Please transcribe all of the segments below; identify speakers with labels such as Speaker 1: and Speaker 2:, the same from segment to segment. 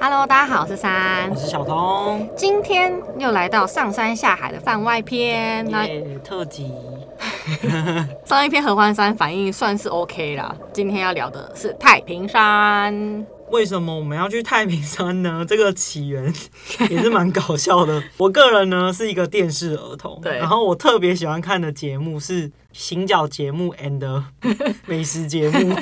Speaker 1: Hello，大家好，我是三
Speaker 2: 我，是小童，
Speaker 1: 今天又来到上山下海的番外篇。嗯那
Speaker 2: 耶，特辑，
Speaker 1: 上一篇合欢山反应算是 OK 啦，今天要聊的是太平山。
Speaker 2: 为什么我们要去太平山呢？ 这个 起源也是蛮搞笑的。我个人呢是一个电视儿童，
Speaker 1: 对
Speaker 2: 然后我特别喜欢看的节目是行脚节目 and 美食节 目，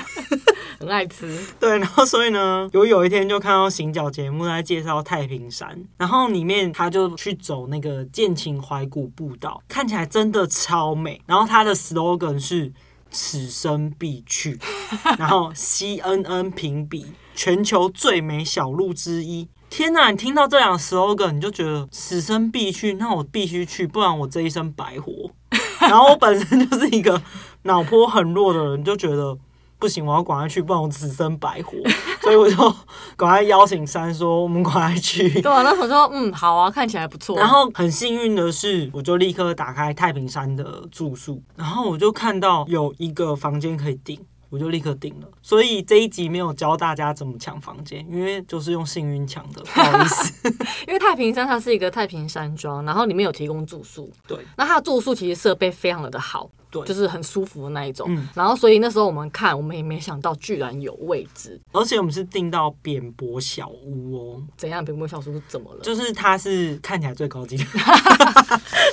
Speaker 1: 很爱吃，
Speaker 2: 对，然后所以呢，有有一天就看到行脚节目在介绍太平山，然后里面他就去走那个剑琴怀古步道，看起来真的超美。然后他的 slogan 是“此生必去”，然后 CNN 评比全球最美小路之一。天呐，你听到这两个 slogan，你就觉得此生必去，那我必须去，不然我这一生白活。 然后我本身就是一个脑波很弱的人，就觉得不行，我要赶快去，不然我此生白活。所以我就赶快邀请三说，我们赶快去。
Speaker 1: 对啊，那时候说嗯好啊，看起来不错。
Speaker 2: 然后很幸运的是，我就立刻打开太平山的住宿，然后我就看到有一个房间可以订，我就立刻订了。所以这一集没有教大家怎么抢房间，因为就是用幸运抢的，不好 意思。
Speaker 1: 因为太平山它是一个太平山庄，然后里面有提供住宿，
Speaker 2: 对
Speaker 1: 那它的住宿其实设备非常的好，
Speaker 2: 对，
Speaker 1: 就是很舒服的那一种。
Speaker 2: 嗯
Speaker 1: 然后所以那时候我们看，我们也没想到居然有位置，
Speaker 2: 而且我们是订到扁薄小屋哦，
Speaker 1: 怎样？屏幕小叔怎么了？
Speaker 2: 就是它是看起来最高级的。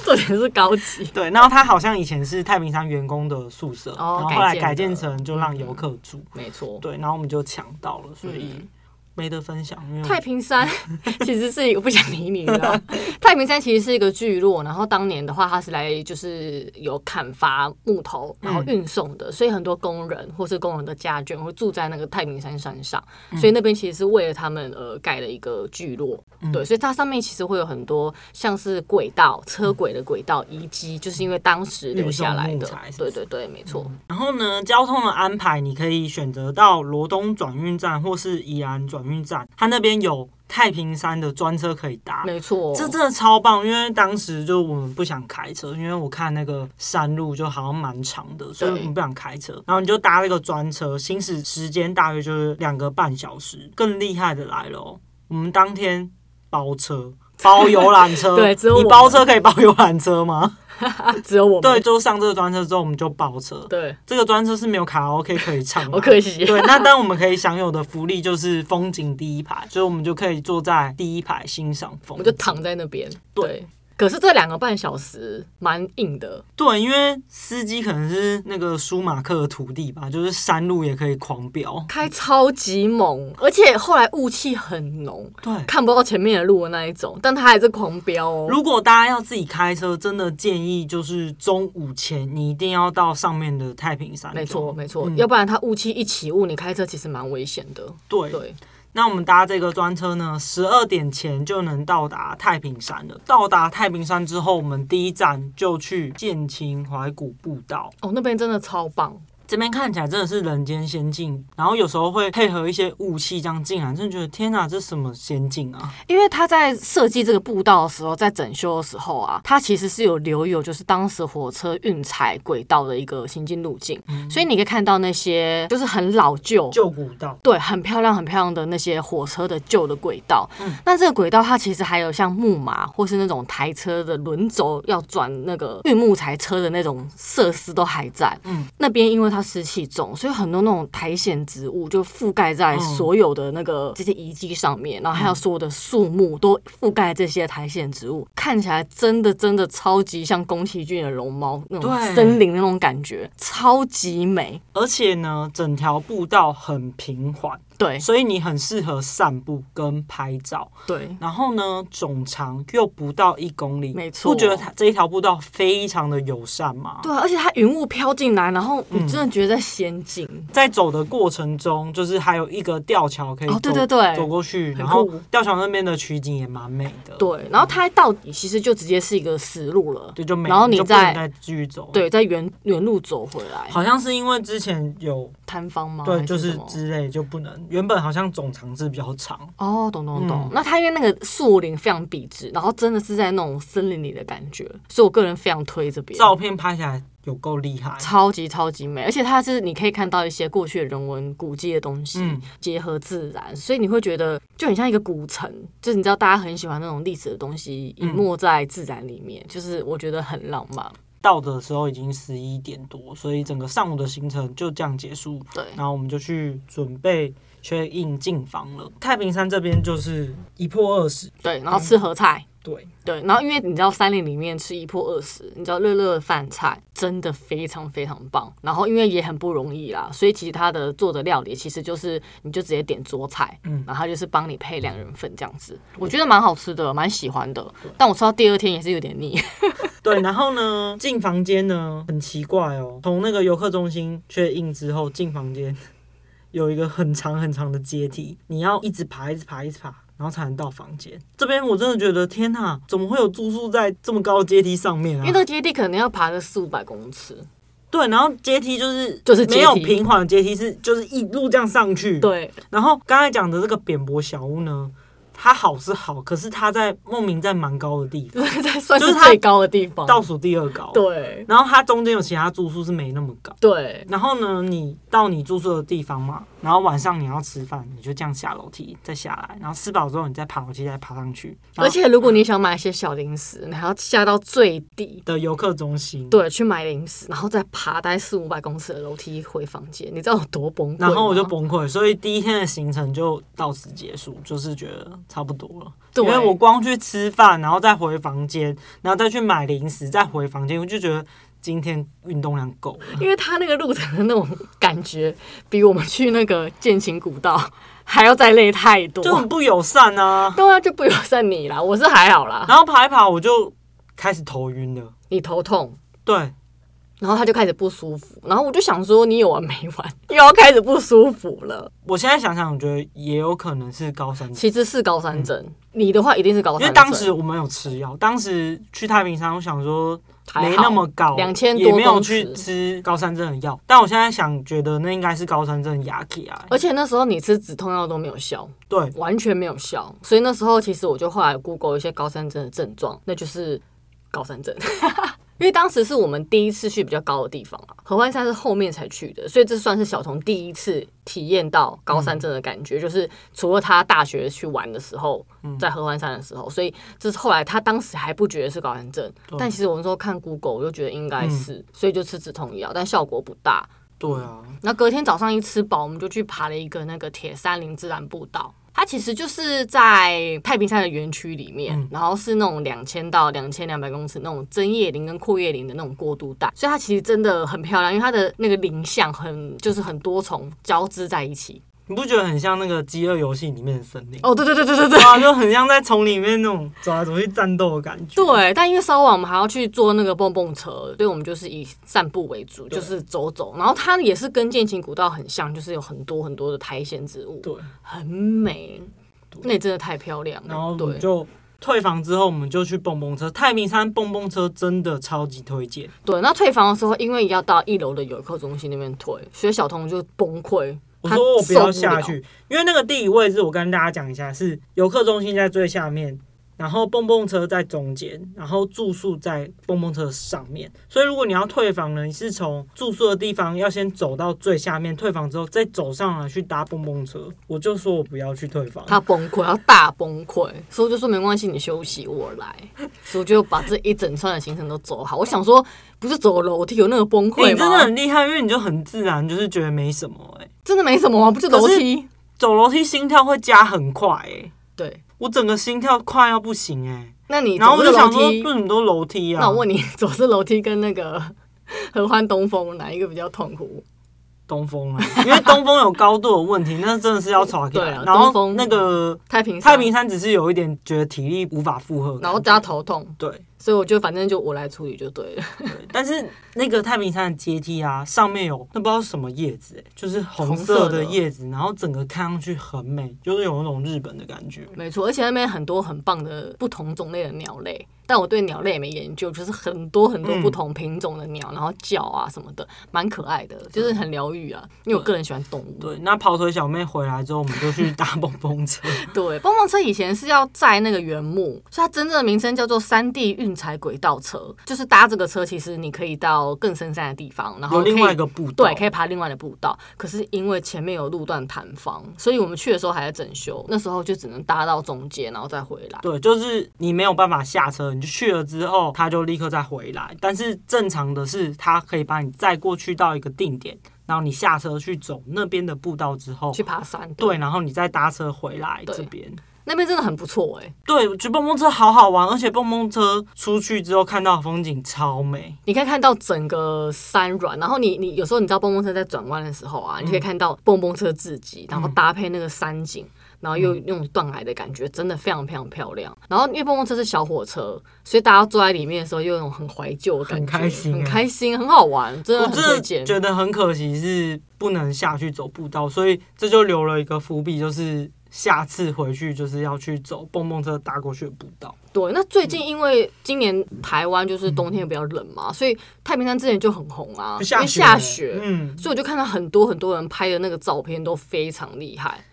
Speaker 1: 重点是高级。
Speaker 2: 对，然后它好像以前是太平山员工的宿舍，然
Speaker 1: 哦
Speaker 2: 后后来
Speaker 1: 改
Speaker 2: 改
Speaker 1: 建的嗯
Speaker 2: 建成就让游客住。
Speaker 1: 没错，嗯
Speaker 2: 对，然后我们就抢到了，所以没得分享，因为我
Speaker 1: 太平山 其实是一个不想理你 了。太平山其实是一个聚落，然后当年的话，它是来就是有砍伐木头，然后运送
Speaker 2: 嗯
Speaker 1: 的，所以很多工人或是工人的家眷会住在那个太平山山上，
Speaker 2: 嗯
Speaker 1: 所以那边其实是为了他们而盖的一个聚落。
Speaker 2: 嗯
Speaker 1: 对，所以它上面其实会有很多像是轨道、车轨的轨道遗迹，就是因为当时留下来
Speaker 2: 运
Speaker 1: 的
Speaker 2: 送木材。是不嗯
Speaker 1: 对对
Speaker 2: 是
Speaker 1: 对，没错。
Speaker 2: 然后呢，交通的安排你可以选择到罗东转运站或是宜兰转运站，它那边有太平山的专车可以搭。
Speaker 1: 没错，
Speaker 2: 这真的超棒，因为当时就我们不想开车，因为我看那个山路就好像蛮长的，所以我们不想开车。然后你就搭那个专车，行驶时间大约就是两个半小时。更厉害的来了、哦，我们当天包车。包游览 车，
Speaker 1: 对只有我
Speaker 2: 你
Speaker 1: 们
Speaker 2: 包车可以包游览车吗？
Speaker 1: 只有我们
Speaker 2: 对，就上这个专车之后，我们就包车。
Speaker 1: 对，
Speaker 2: 这个专车是没有卡拉 OK 可以唱的，
Speaker 1: 好哦可惜。
Speaker 2: 对，那但我们可以享有的福利就是风景第一排，所以我们就可以坐在第一排欣赏风
Speaker 1: 我就
Speaker 2: 景。
Speaker 1: 躺在那边。
Speaker 2: 对
Speaker 1: 对，可是这两个半小时蛮硬的，
Speaker 2: 对，因为司机可能是那个舒马克的徒弟吧，就是山路也可以狂飙。
Speaker 1: 开超级猛，而且后来雾气很浓，
Speaker 2: 对，
Speaker 1: 看不到前面的路的那一种，但他还是狂飙哦。
Speaker 2: 如果大家要自己开车，真的建议就是中午前你一定要到上面的太平山。
Speaker 1: 没错，，没错，
Speaker 2: 嗯
Speaker 1: 要不然它雾气一起雾，你开车其实蛮危险的。
Speaker 2: 对。
Speaker 1: 对，
Speaker 2: 那我们搭这个专车呢，十二点前就能到达太平山了。到达太平山之后，我们第一站就去剑琴怀古步道。
Speaker 1: 哦，那边真的超棒，
Speaker 2: 这边看起来真的是人间仙境，然后有时候会配合一些雾气这样进来，真的觉得天哪、这什么仙境啊！
Speaker 1: 因为他在设计这个步道的时候，在整修的时候啊，它其实是有留有就是当时火车运材轨道的一个行进路径，所以你可以看到那些就是很老嗯旧，
Speaker 2: 旧古道，
Speaker 1: 对，很漂亮、很漂亮的那些火车的旧的轨道。
Speaker 2: 嗯
Speaker 1: 那这个轨道它其实还有像木马或是那种台车的轮轴要转那个运木材车的那种设施都还在。
Speaker 2: 嗯
Speaker 1: 那边因为它湿气重，所以很多那种苔藓植物就覆盖在
Speaker 2: 嗯
Speaker 1: 所有的那个这些遗迹上面，然后还有所有的树木都覆盖这些苔藓植物，看起来真的真的超级像宫崎骏的龙猫那种
Speaker 2: 对
Speaker 1: 森林那种感觉，超级美。
Speaker 2: 而且呢，整条步道很平缓，
Speaker 1: 对
Speaker 2: 所以你很适合散步跟拍照。
Speaker 1: 对，
Speaker 2: 然后呢，总长又不到一公里，
Speaker 1: 没错
Speaker 2: 不觉得它这一条步道非常的友善吗？
Speaker 1: 对啊，而且它云雾飘进来，然后
Speaker 2: 嗯
Speaker 1: 你真的觉得在仙境，
Speaker 2: 在走的过程中，就是还有一个吊桥可以走、
Speaker 1: 哦对对对
Speaker 2: 走哎过去，
Speaker 1: 酷
Speaker 2: 然后吊桥那边的取景也蛮美的。
Speaker 1: 对，然后它到底其实就直接是一个死路了，
Speaker 2: 对，就没了，
Speaker 1: 然后你
Speaker 2: 就不
Speaker 1: 再
Speaker 2: 能再继续走。，
Speaker 1: 对，在原原路走回来，
Speaker 2: 好像是因为之前有
Speaker 1: 摊方吗？
Speaker 2: 对，
Speaker 1: 哦还
Speaker 2: 就是是
Speaker 1: 什么
Speaker 2: 之类就不能，原本好像总长是比较长。
Speaker 1: 哦，懂懂懂。
Speaker 2: 嗯
Speaker 1: 那它因为那个树林非常笔直，然后真的是在那种森林里的感觉，所以我个人非常推这边。
Speaker 2: 照片拍起来有够厉害。
Speaker 1: 超级超级美，而且它是你可以看到一些过去的人文古迹的东西、
Speaker 2: 嗯
Speaker 1: 结合自然，所以你会觉得就很像一个古城，就是你知道大家很喜欢那种历史的东西隐没在自然里面，就是我觉得很浪漫。
Speaker 2: 到的时候已经十一点多，所以整个上午的行程就这样结束。
Speaker 1: 对
Speaker 2: 然后我们就去准备 check in 进房了。太平山这边就是一破二十，
Speaker 1: 对，然后吃合菜。
Speaker 2: 对，
Speaker 1: 对，然后因为你知道三林里面吃一破二十，你知道热热的饭菜真的非常非常棒。然后因为也很不容易啦，所以其实他的做的料理其实就是你就直接点桌菜，
Speaker 2: 嗯
Speaker 1: 然后他就是帮你配两人份这样子，我觉得蛮好吃的，蛮喜欢的。但我吃到第二天也是有点腻，
Speaker 2: 对。然后呢，进房间呢很奇怪哦，从那个游客中心 check in 之后进房间， 有一个很长很长的阶梯，你要一直爬，一直爬，一直爬。然后才能到房间。这边我真的觉得，天哪，怎么会有住宿在这么高的阶梯上面啊？嗯
Speaker 1: 因为那个阶梯可能要爬个四五百公尺。
Speaker 2: 对，然后阶梯就是
Speaker 1: 就是阶梯
Speaker 2: 没有平缓的阶梯，是就是一路这样上去。，
Speaker 1: 对，
Speaker 2: 然后刚才讲的这个扁薄小屋呢，它好是好，可是它在梦明在蛮高的地方，
Speaker 1: 这算
Speaker 2: 就是是它
Speaker 1: 最高的地方。
Speaker 2: 倒数第二高。，
Speaker 1: 嗯对
Speaker 2: 然后它中间有其他住宿是没那么高。
Speaker 1: 对
Speaker 2: 然后呢，你到你住宿的地方嘛，然后晚上你要吃饭，你就这样下楼梯，再下来，然后吃饱之后，你再爬楼梯，再爬上去。然后
Speaker 1: 而且如果你想买一些小零食，你还要下到最低，
Speaker 2: 的游客中心，
Speaker 1: 对，去买零食，然后再爬大概四五百公尺的楼梯回房间，你知道有多崩溃吗？
Speaker 2: 然后我就崩溃，所以第一天的行程就到此结束，就是觉得差不多了。
Speaker 1: 对
Speaker 2: 因为我光去吃饭，然后再回房间，然后再去买零食，再回房间，我就觉得今天运动量够了。
Speaker 1: 因为他那个路程的那种感觉，比我们去那个剑琴古道还要再累太多。
Speaker 2: 就很不友善啊。
Speaker 1: 对啊，就不友善你啦，我是还好啦，
Speaker 2: 然后爬一爬，我就开始头晕了。
Speaker 1: 你头痛。
Speaker 2: 对，
Speaker 1: 然后他就开始不舒服，然后我就想说你有完没完，又要开始不舒服了。
Speaker 2: 我现在想想，我觉得也有可能是高山症，
Speaker 1: 其实是高山症，你的话一定是高山
Speaker 2: 嗯因
Speaker 1: 症，
Speaker 2: 为当时我们有吃药，当时去太平山，我想说
Speaker 1: 还
Speaker 2: 没
Speaker 1: 好
Speaker 2: 那么高，
Speaker 1: 2000
Speaker 2: 也
Speaker 1: 多
Speaker 2: 没有
Speaker 1: 公
Speaker 2: 去
Speaker 1: 尺
Speaker 2: 吃高山症的药。但我现在想，觉得那应该是高山症牙起来。
Speaker 1: 而且那时候你吃止痛药都没有效，
Speaker 2: 对，
Speaker 1: 完全没有效。所以那时候其实我就后来 Google 一些高山症的症状，那就是高山症。 因为当时是我们第一次去比较高的地方啊，合欢山是后面才去的，所以这算是小童第一次体验到高山症的感觉，就是除了他大学去玩的时候，在合欢山的时候，所以这是后来他当时还不觉得是高山症，但其实我那时候看 Google 我就觉得应该是，所以就吃止痛药，但效果不大。
Speaker 2: 对啊，
Speaker 1: 那隔天早上一吃饱，我们就去爬了一个那个铁山林自然步道。它其实就是在太平山的园区里面，然后是那种两千到两千两百公尺那种针叶林跟阔叶林的那种过渡带，所以它其实真的很漂亮，因为它的那个林相很就是很多重交织在一起。
Speaker 2: 你不觉得很像那个《饥饿游戏》里面的森林？
Speaker 1: 哦，对对对对对对
Speaker 2: 对啊，就很像在丛林里面那种走来走去战斗的感觉。
Speaker 1: 对，但因为稍晚我们还要去坐那个蹦蹦车，所以我们就是以散步为主，就是走走。然后它也是跟剑琴古道很像，就是有很多很多的苔藓植物，
Speaker 2: 对，
Speaker 1: 很美，那里真的太漂亮了。
Speaker 2: 然后我们
Speaker 1: 对
Speaker 2: 就退房之后，我们就去蹦蹦车。太平山蹦蹦车真的超级推荐，
Speaker 1: 对，那退房的时候，因为要到一楼的游客中心那边退，所以小童就崩溃。
Speaker 2: 我
Speaker 1: 他
Speaker 2: 说我不要下
Speaker 1: 受了，
Speaker 2: 去，因为那个地理位置，我跟大家讲一下，是游客中心在最下面。然后蹦蹦车在中间，然后住宿在蹦蹦车上面，所以如果你要退房呢，你是从住宿的地方要先走到最下面，退房之后再走上来去搭蹦蹦车。我就说我不要去退房，
Speaker 1: 他崩溃，他大崩溃，所以我就说没关系，你休息，我来。所以我就把这一整串的行程都走好。我想说，不是走楼梯有那个崩溃吗？
Speaker 2: 欸你真的很厉害，因为你就很自然，就是觉得没什么、欸。哎，
Speaker 1: 真的没什么啊，不就楼
Speaker 2: 可是
Speaker 1: 梯？
Speaker 2: 走楼梯心跳会加很快、欸，哎，
Speaker 1: 对，
Speaker 2: 我整个心跳快要不行、欸，
Speaker 1: 那你
Speaker 2: 哎。然后
Speaker 1: 走
Speaker 2: 我
Speaker 1: 这
Speaker 2: 就
Speaker 1: 楼
Speaker 2: 想说，
Speaker 1: 梯
Speaker 2: 为，什么都楼梯啊？
Speaker 1: 那我问你， 走这楼梯跟那个 合欢东风哪一个比较痛苦？
Speaker 2: 东风啊， 因为东风有高度的问题，那真的是要吵起
Speaker 1: 对
Speaker 2: 来。
Speaker 1: 啊
Speaker 2: 然
Speaker 1: 东
Speaker 2: 后
Speaker 1: 风
Speaker 2: 那个
Speaker 1: 太平山
Speaker 2: 太平山只是有一点觉得体力无法负荷，
Speaker 1: 然后加头痛，
Speaker 2: 对
Speaker 1: 所以我就反正就我来处理就对了。
Speaker 2: 对，但是那个太平山的阶梯啊，上面有那不知道是什么叶子、欸，就是红
Speaker 1: 红色
Speaker 2: 色
Speaker 1: 的
Speaker 2: 的叶子，然后整个看上去很美，就是有那种日本的感觉。
Speaker 1: 没错，而且那边很多很棒的不同种类的鸟类，但我对鸟类也没研究，就是很多很多
Speaker 2: 嗯
Speaker 1: 不同品种的鸟，然后叫啊什么的，蛮可爱的，就是很疗愈啊。因为我个人喜欢动物。
Speaker 2: 对，那跑腿小妹回来之后，我们就去搭 蹦蹦车。
Speaker 1: 对，蹦蹦车以前是要载那个原木，所以它真正的名称叫做山地运运柴轨道车，就是搭这个车，其实你可以到更深山的地方，然后
Speaker 2: 有
Speaker 1: 可以
Speaker 2: 另外一个步道，
Speaker 1: 对，可以爬另外的步道。可是因为前面有路段塌方，所以我们去的时候还在整修，那时候就只能搭到中间，然后再回来。
Speaker 2: 对，就是你没有办法下车，你就去了之后，他就立刻再回来。但是正常的是，他可以把你载过去到一个定点，然后你下车去走那边的步道之后，
Speaker 1: 去爬山，
Speaker 2: 对，然后你再搭车回来
Speaker 1: 对
Speaker 2: 这边。
Speaker 1: 那边真的很不错哎、
Speaker 2: 对，我觉得蹦蹦车好好玩，而且蹦蹦车出去之后看到的风景超美。
Speaker 1: 你可以看到整个山峦，然后你你有时候你知道蹦蹦车在转弯的时候啊，
Speaker 2: 嗯
Speaker 1: 你可以看到蹦蹦车自己，然后搭配那个山景，然后又有
Speaker 2: 嗯
Speaker 1: 那种断崖的感觉，真的非常非常漂亮。然后因为蹦蹦车是小火车，所以大家坐在里面的时候又有那种很怀旧的感觉，
Speaker 2: 很开心啊
Speaker 1: 很开心，很好玩，真
Speaker 2: 我
Speaker 1: 的很推
Speaker 2: 真
Speaker 1: 荐
Speaker 2: 的。觉得很可惜是不能下去走步道，所以这就留了一个伏笔，就是下次回去就是要去走蹦蹦车搭过去的步道。
Speaker 1: 对，那最
Speaker 2: 嗯
Speaker 1: 近因为今年台湾就是冬天比较冷嘛，所以太平山之前就很红啊，因
Speaker 2: 下
Speaker 1: 为
Speaker 2: 雪，
Speaker 1: 下雪，
Speaker 2: 嗯，
Speaker 1: 所以我就看到很多很多人拍的那个照片都非常厉害。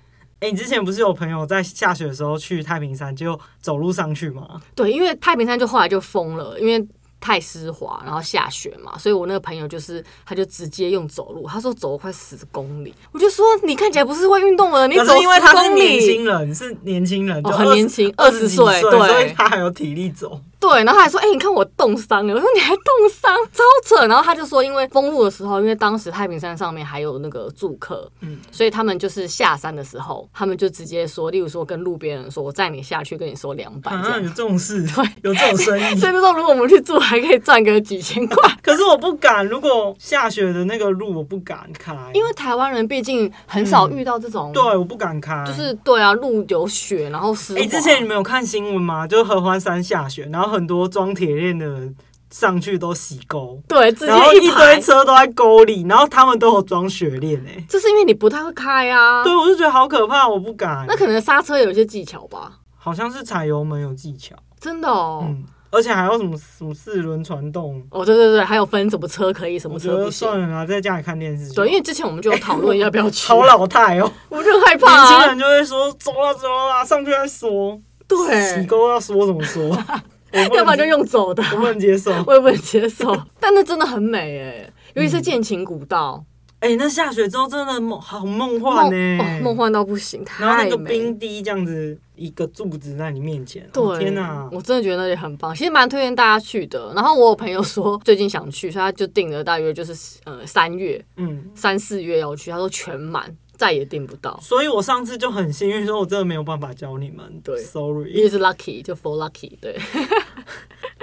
Speaker 2: 哎、你之前不是有朋友在下雪的时候去太平山，就走路上去吗？
Speaker 1: 对，因为太平山就后来就封了，因为太湿滑，然后下雪嘛，所以我那个朋友就是，他就直接用走路，他说走了快十公里，我就说你看起来不是会运动的，你
Speaker 2: 可
Speaker 1: 哎走
Speaker 2: 是因为
Speaker 1: 10
Speaker 2: 他是
Speaker 1: 公
Speaker 2: 年轻
Speaker 1: 里。
Speaker 2: 人，是年轻人，就
Speaker 1: 哦很
Speaker 2: 20
Speaker 1: 年轻
Speaker 2: 20几
Speaker 1: 20岁对
Speaker 2: 所以他还有体力走。
Speaker 1: 对，然后他还说：“哎、你看我冻伤了。”我说：“你还冻伤，超扯。”然后他就说：“因为封路的时候，因为当时太平山上面还有那个住客，
Speaker 2: 嗯
Speaker 1: 所以他们就是下山的时候，他们就直接说，例如说跟路边人说，我载你下去，跟你说两百这
Speaker 2: 啊，
Speaker 1: 样。
Speaker 2: 有这种事，有这种生意
Speaker 1: 所。以那时候如果我们去住，还可以赚个几千块。
Speaker 2: 可是我不敢，如果下雪的那个路我不敢开，
Speaker 1: 因为台湾人毕竟很少遇到这种，
Speaker 2: 对，我不敢开。
Speaker 1: 就是对啊，路有雪，然后湿滑。
Speaker 2: 哎、之前你们有看新闻吗？就是合欢山下雪，然后很多装铁链的人上去都洗沟，
Speaker 1: 对直
Speaker 2: 然后
Speaker 1: 接
Speaker 2: 一
Speaker 1: 排
Speaker 2: 堆，车都在沟里，然后他们都有装雪链哎、
Speaker 1: 就是因为你不太会开啊。
Speaker 2: 对，我就觉得好可怕，我不敢。
Speaker 1: 那可能刹车有一些技巧吧，
Speaker 2: 好像是踩油门有技巧，
Speaker 1: 真的哦。
Speaker 2: 嗯，而且还有什么什么四轮传动，
Speaker 1: 哦，对对对，还有分什么车可以，什么
Speaker 2: 我觉
Speaker 1: 车
Speaker 2: 得
Speaker 1: 不行。
Speaker 2: 算了啦，在家里看电视就好。
Speaker 1: 对，因为之前我们就有讨论要不要去，
Speaker 2: 好老态哦、
Speaker 1: 我就很害怕、
Speaker 2: 年
Speaker 1: 啊。
Speaker 2: 轻人就会说走啦走啦，上去再说，洗
Speaker 1: 对，
Speaker 2: 沟要说怎 么说，我不
Speaker 1: 要不
Speaker 2: 能
Speaker 1: 然就
Speaker 2: 接
Speaker 1: 用走的，
Speaker 2: 我不能接受。
Speaker 1: 我也不能接 受。但那真的很美哎、尤
Speaker 2: 嗯
Speaker 1: 其是剑琴古道，
Speaker 2: 哎、那下雪之后真的梦好梦幻
Speaker 1: 梦
Speaker 2: 呢、
Speaker 1: 哦梦。幻到不行，
Speaker 2: 然后那
Speaker 1: 太
Speaker 2: 个
Speaker 1: 美了。
Speaker 2: 冰滴这样子一个柱子在你面前，哦
Speaker 1: 对，
Speaker 2: 天哪！
Speaker 1: 我真的觉得那里很棒，其实蛮推荐大家去的。然后我有朋友说 最近想去，所以他就订了大约就是呃三月、
Speaker 2: 嗯，
Speaker 1: 三四月要去，他说全满，再也订不到。
Speaker 2: 所以我上次就很幸运，说我真的没有办法教你们，
Speaker 1: 对
Speaker 2: ，sorry，
Speaker 1: 因为是 lucky 就 for lucky，对，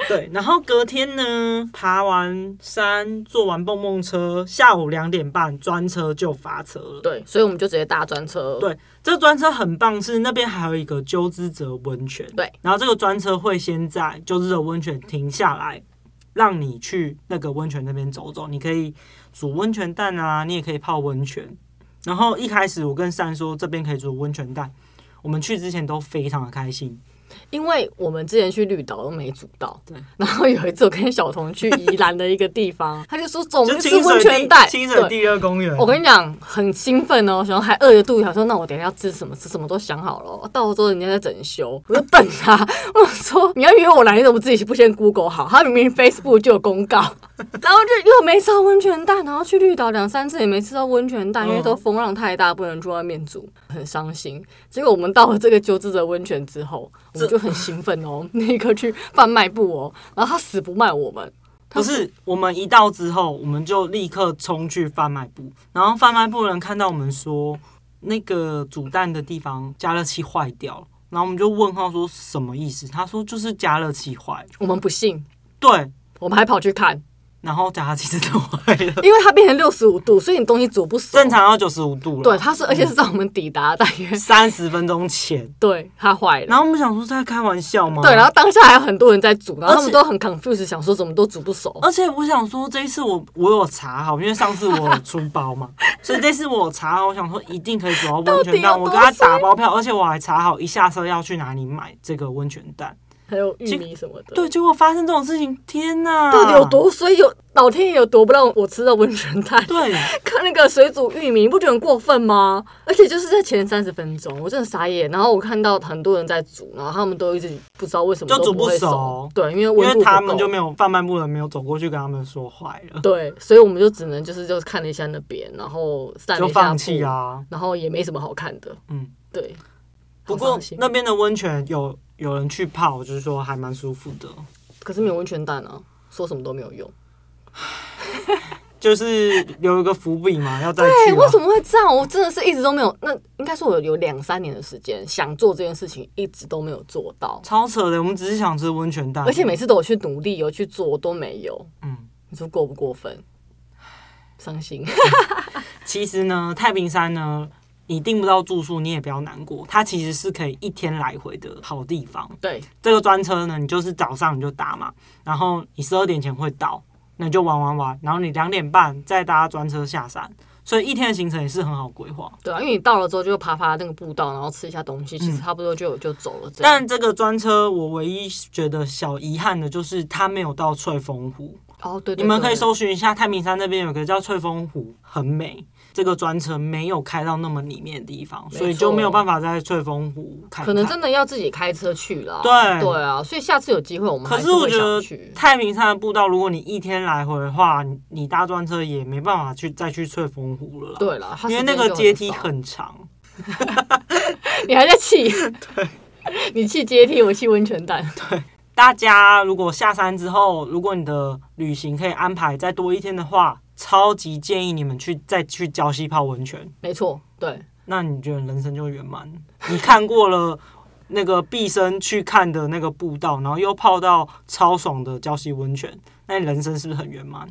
Speaker 2: 对，然后隔天呢，爬完山，坐完蹦蹦车，下午两点半专车就发车了。
Speaker 1: 对，所以我们就直接搭专车，
Speaker 2: 对这专车很棒，是那边还有一个鸠之泽温泉。
Speaker 1: 对，
Speaker 2: 然后这个专车会先在鸠之泽温泉停下来，让你去那个温泉那边走走。你可以煮温泉蛋啊，你也可以泡温泉。然后一开始我跟善说这边可以煮温泉蛋，我们去之前都非常的开心。
Speaker 1: 因为我们之前去绿岛都没煮到，
Speaker 2: 对。
Speaker 1: 然后有一次我跟小童去宜兰的一个地 方，他就说走，我们
Speaker 2: 就
Speaker 1: 去吃
Speaker 2: 清
Speaker 1: 温
Speaker 2: 水
Speaker 1: 泉
Speaker 2: 地
Speaker 1: 蛋，
Speaker 2: 清
Speaker 1: 对
Speaker 2: 水第二公园，
Speaker 1: 我跟你讲，很兴奋哦，然后还饿着肚子，想说那我等一下要吃什么，吃什么都想好了哦、到时候人家在整修，我就等他。 我说你要约我来，你怎么自己不先 Google 好？他明明 Facebook 就有公告， 然后就又没吃到温泉蛋，然后去绿岛两三次也没吃到温泉蛋，因为
Speaker 2: 嗯
Speaker 1: 都风浪太大，不能住外面煮，很伤心。结果我们到了这个鸠之泽温泉之后，我们就很兴奋哦， 立刻去贩卖部哦，然后他死不卖我们。
Speaker 2: 不是，我们一到之后，我们就立刻冲去贩卖部，然后贩卖部的人看到我们说那个煮蛋的地方加热器坏掉了，然后我们就问号说什么意思？他说就是加热器坏了，
Speaker 1: 我们不信，
Speaker 2: 对，
Speaker 1: 我们还跑去看，
Speaker 2: 然后加热器真的坏 了，
Speaker 1: 因为它变成六十五度，所以你东西煮不熟。
Speaker 2: 正常嗯要九十五度了，
Speaker 1: 对，，它是，而且是在我们抵达大约，
Speaker 2: 三十分钟前，
Speaker 1: 对，它坏了。
Speaker 2: 然后我们想说是在开玩笑吗？
Speaker 1: 对，然后当下还有很多人在煮，然后他
Speaker 2: 而
Speaker 1: 们
Speaker 2: 且
Speaker 1: 都很 confused，想说怎么都煮不熟。
Speaker 2: 而且我想说，这一次我我有查好，因为上次我有出 包嘛，所以这次我有查好，我想说一定可以煮到温泉
Speaker 1: 到
Speaker 2: 蛋。
Speaker 1: 底有
Speaker 2: 我
Speaker 1: 多
Speaker 2: 跟他打包票，而且我还查好一下车要去哪里买这个温泉蛋。
Speaker 1: 还有玉米什么的。
Speaker 2: 对，，结啊果发生这种事情，天哪！
Speaker 1: 到底有多衰？有老天爷有多不让我吃到温泉蛋？
Speaker 2: 对？
Speaker 1: 看那个水煮玉米，你不觉得很过分吗？而且就是在前三十分钟，我真的傻眼。然后我看到很多人在煮，然后他们都一直不知道为什么
Speaker 2: 就煮
Speaker 1: 都不会
Speaker 2: 不熟
Speaker 1: 熟，对，因为
Speaker 2: 因
Speaker 1: 温度不
Speaker 2: 为他
Speaker 1: 够
Speaker 2: 们就没有贩卖部人没有走过去跟他们说坏了，
Speaker 1: 对，所以我们就只能就是就看了一下那边，然后散了
Speaker 2: 就
Speaker 1: 一下
Speaker 2: 放弃
Speaker 1: 步，
Speaker 2: 啊。
Speaker 1: 然后也没什么好看的，
Speaker 2: 嗯，
Speaker 1: 对。
Speaker 2: 不
Speaker 1: 好
Speaker 2: 过
Speaker 1: 伤心
Speaker 2: 那边的温泉有有人去泡，就是说还蛮舒服的，
Speaker 1: 可是没有温泉蛋啊，说什么都没有用。
Speaker 2: 就是有一个伏笔嘛，要再
Speaker 1: 哎、
Speaker 2: 去、
Speaker 1: 为什
Speaker 2: 啊。
Speaker 1: 么会这样？我真的是一直都没有，那应该说我有两三年的时间想做这件事情，一直都没有做到，
Speaker 2: 超扯的，我们只是想吃温泉蛋，
Speaker 1: 而且每次都有去努力，有去做，都没有。
Speaker 2: 嗯，
Speaker 1: 你说过不过分？伤心。
Speaker 2: 其实呢，太平山呢，你订不到住宿，你也不要难过，它其实是可以一天来回的好地方。
Speaker 1: 对，
Speaker 2: 这个专车呢，你就是早上你就搭嘛，然后你十二点前会到，那你就玩玩玩，然后你两点半再搭专车下山，所以一天的行程也是很好规划。
Speaker 1: 对啊，因为你到了之后就爬爬那个步道，然后吃一下东西，其实差不多就就走了这样。
Speaker 2: 但这个专车，我唯一觉得小遗憾的就是它没有到翠峰湖。
Speaker 1: 哦，对对
Speaker 2: 你们可以
Speaker 1: 对
Speaker 2: 搜寻一下太平山那边有个叫翠峰湖，很美。这个专车没有开到那么里面的地方，
Speaker 1: 错
Speaker 2: 所以就没有办法在翠峰湖看看。
Speaker 1: 可能真的要自己开车去啦。
Speaker 2: 对
Speaker 1: 对啊，所以下次有机会我们
Speaker 2: 可
Speaker 1: 还
Speaker 2: 我
Speaker 1: 会
Speaker 2: 觉
Speaker 1: 想
Speaker 2: 得
Speaker 1: 去。
Speaker 2: 太平山的步道，如果你一天来回的话，你你搭专车也没办法去再去翠峰湖了啦。
Speaker 1: 对啦，它
Speaker 2: 因为
Speaker 1: 时
Speaker 2: 那
Speaker 1: 间
Speaker 2: 个
Speaker 1: 就
Speaker 2: 阶梯
Speaker 1: 少，
Speaker 2: 很长，
Speaker 1: 你还在气？你气阶梯，我气温泉蛋。
Speaker 2: 大家如果下山之后，如果你的旅行可以安排再多一天的话，超级建议你们去再去礁溪泡温泉，
Speaker 1: 没错，对，
Speaker 2: 那你觉得人生就圆满？你看过了那个毕生去看的那个步道，然后又泡到超爽的礁溪温泉，那你人生是不是很圆满？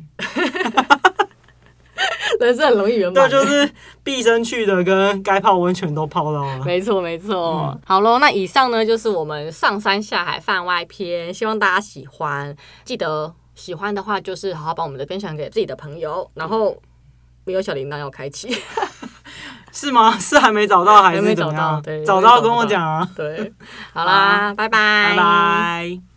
Speaker 1: 人生很容易圆
Speaker 2: 对，
Speaker 1: 满。
Speaker 2: 就是毕生去的跟该泡温泉都泡到了。
Speaker 1: 没错，没错。
Speaker 2: 嗯
Speaker 1: 好喽，那以上呢就是我们上山下海番外篇，希望大家喜欢。记得喜欢的话，就是好好把我们的分享给自己的朋友，然后没有小铃铛要开启。
Speaker 2: 是吗？是还没找到还
Speaker 1: 还
Speaker 2: 是
Speaker 1: 没
Speaker 2: 怎
Speaker 1: 找
Speaker 2: 么
Speaker 1: 到
Speaker 2: 样
Speaker 1: 对？
Speaker 2: 找
Speaker 1: 还没
Speaker 2: 到
Speaker 1: 找
Speaker 2: 跟我
Speaker 1: 到
Speaker 2: 讲啊，
Speaker 1: 对，好啦，拜拜，
Speaker 2: 拜。拜。